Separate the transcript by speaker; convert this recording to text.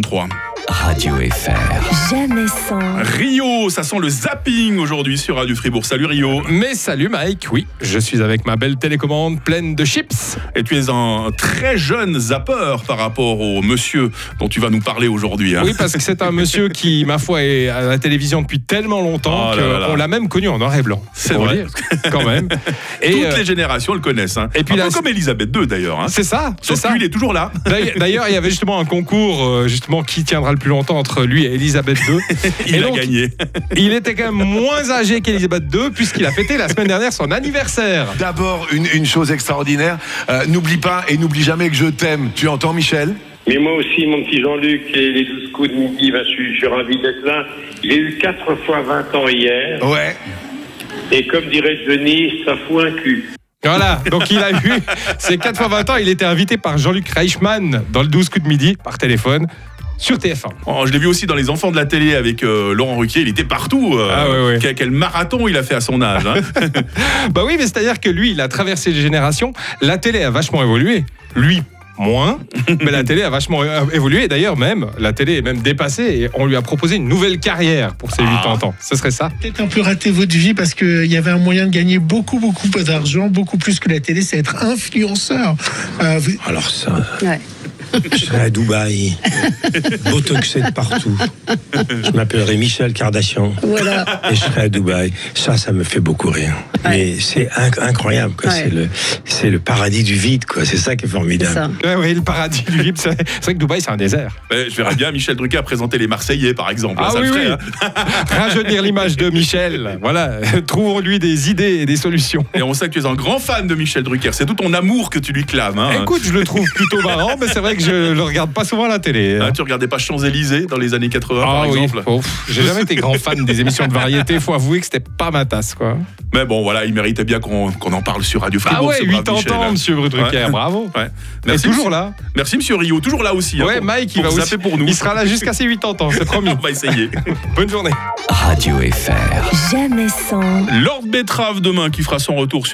Speaker 1: 23.
Speaker 2: Radio FR.
Speaker 3: Jamais sans.
Speaker 1: Rio, ça sent le zapping aujourd'hui sur Radio Fribourg. Salut Rio.
Speaker 4: Mais salut Mike, oui, je suis avec ma belle télécommande pleine de chips.
Speaker 1: Et tu es un très jeune zappeur par rapport au monsieur dont tu vas nous parler aujourd'hui. hein.
Speaker 4: Oui, parce que c'est un monsieur qui, ma foi, est à la télévision depuis tellement longtemps
Speaker 1: Oh là là là.
Speaker 4: qu'on l'a même connu en noir et blanc.
Speaker 1: C'est
Speaker 4: Faut
Speaker 1: vrai.
Speaker 4: dire, quand même. Et
Speaker 1: Toutes
Speaker 4: euh,
Speaker 1: les générations le connaissent. hein.
Speaker 4: et puis
Speaker 1: un
Speaker 4: là,
Speaker 1: peu comme Elisabeth II d'ailleurs. hein.
Speaker 4: c'est ça, c'est
Speaker 1: Sauf
Speaker 4: ça.
Speaker 1: que lui, il est toujours là.
Speaker 4: D'ailleurs- D'ailleurs, il y avait justement un concours, euh, justement, qui tiendra le plus longtemps entre lui et Elisabeth II.
Speaker 1: Il
Speaker 4: Et
Speaker 1: a
Speaker 4: donc,
Speaker 1: gagné.
Speaker 4: Il était quand même moins âgé qu'Elisabeth II, puisqu'il a fêté la semaine dernière son anniversaire.
Speaker 5: D'abord, une, une chose extraordinaire, euh, n'oublie pas et n'oublie jamais que je t'aime. Tu entends, Michel
Speaker 6: Mais moi aussi, mon petit Jean-Luc, et les 12 coups de midi, ben, je, suis, je suis ravi d'être là. Il a eu 4 fois 20 ans hier,
Speaker 5: Ouais.
Speaker 6: et comme dirait Denis, ça fout un cul.
Speaker 4: Voilà, donc il a eu ses 4 fois 20 ans. Il était invité par Jean-Luc Reichmann dans le 12 coups de midi par téléphone sur TF1.
Speaker 1: Oh, je l'ai vu aussi dans Les Enfants de la télé avec euh, Laurent Ruquier. Il était partout. euh,
Speaker 4: Ah, ouais, ouais.
Speaker 1: Quel, quel marathon il a fait à son âge. hein.
Speaker 4: Bah oui, mais c'est-à-dire que lui, il a traversé les générations. La télé a vachement évolué. Lui, moins. Mais la télé a vachement é- évolué. Et D'ailleurs, même, la télé est même dépassée. Et on lui a proposé une nouvelle carrière pour ses
Speaker 1: Ah.
Speaker 4: 80 ans. Ce serait ça
Speaker 7: peut-être un peu raté votre vie parce qu'il y avait un moyen de gagner beaucoup, beaucoup d'argent, beaucoup plus que la télé, c'est être influenceur. Euh, vous-
Speaker 8: Alors ça,
Speaker 9: Ouais.
Speaker 8: je serais à Dubaï, botoxé de partout. Je m'appellerais Michel Kardashian
Speaker 9: Voilà.
Speaker 8: et je serais à Dubaï. Ça, ça me fait beaucoup rire. Mais c'est inc- incroyable, quoi.
Speaker 9: Ouais.
Speaker 8: C'est le, c'est le paradis du vide, quoi. C'est ça qui est
Speaker 9: C'est
Speaker 8: formidable.
Speaker 9: ça.
Speaker 4: Oui, le paradis du libre. C'est c'est vrai que Dubaï, c'est un désert.
Speaker 1: Ouais, je verrais bien Michel Drucker présenter les Marseillais, par exemple.
Speaker 4: Ah
Speaker 1: ça le
Speaker 4: oui,
Speaker 1: ferait,
Speaker 4: oui.
Speaker 1: hein.
Speaker 4: Rajeunir l'image de Michel. Voilà, trouvons-lui des idées et des solutions.
Speaker 1: Et on sait que tu es un grand fan de Michel Drucker. C'est tout ton amour que tu lui clames. hein.
Speaker 4: Écoute, je le trouve plutôt marrant, mais c'est vrai que je le regarde pas souvent à la télé.
Speaker 1: Hein, tu regardais pas Champs-Élysées dans les années 80, par
Speaker 4: Ah oui,
Speaker 1: exemple
Speaker 4: oh, pff, j'ai jamais été grand fan des émissions de variété, faut avouer que c'était pas ma tasse quoi.
Speaker 1: Mais bon, voilà, il méritait bien qu'on qu'on en parle sur Radio
Speaker 4: Ah
Speaker 1: Fribourg.
Speaker 4: ouais,
Speaker 1: ce brave
Speaker 4: 80
Speaker 1: Michel.
Speaker 4: ans, monsieur Brudrucker,
Speaker 1: Ouais.
Speaker 4: bravo.
Speaker 1: Ouais.
Speaker 4: Et
Speaker 1: Merci,
Speaker 4: toujours
Speaker 1: monsieur-
Speaker 4: là.
Speaker 1: Merci, monsieur Rio. Toujours là aussi. hein,
Speaker 4: Ouais,
Speaker 1: pour-
Speaker 4: Mike, il
Speaker 1: pour
Speaker 4: va
Speaker 1: zapper
Speaker 4: aussi.
Speaker 1: pour nous.
Speaker 4: Il sera là jusqu'à ses 80 ans, c'est promis.
Speaker 1: On va essayer.
Speaker 4: Bonne journée.
Speaker 2: Radio FR.
Speaker 3: Jamais sans.
Speaker 1: Lord Betrave demain qui fera son retour sur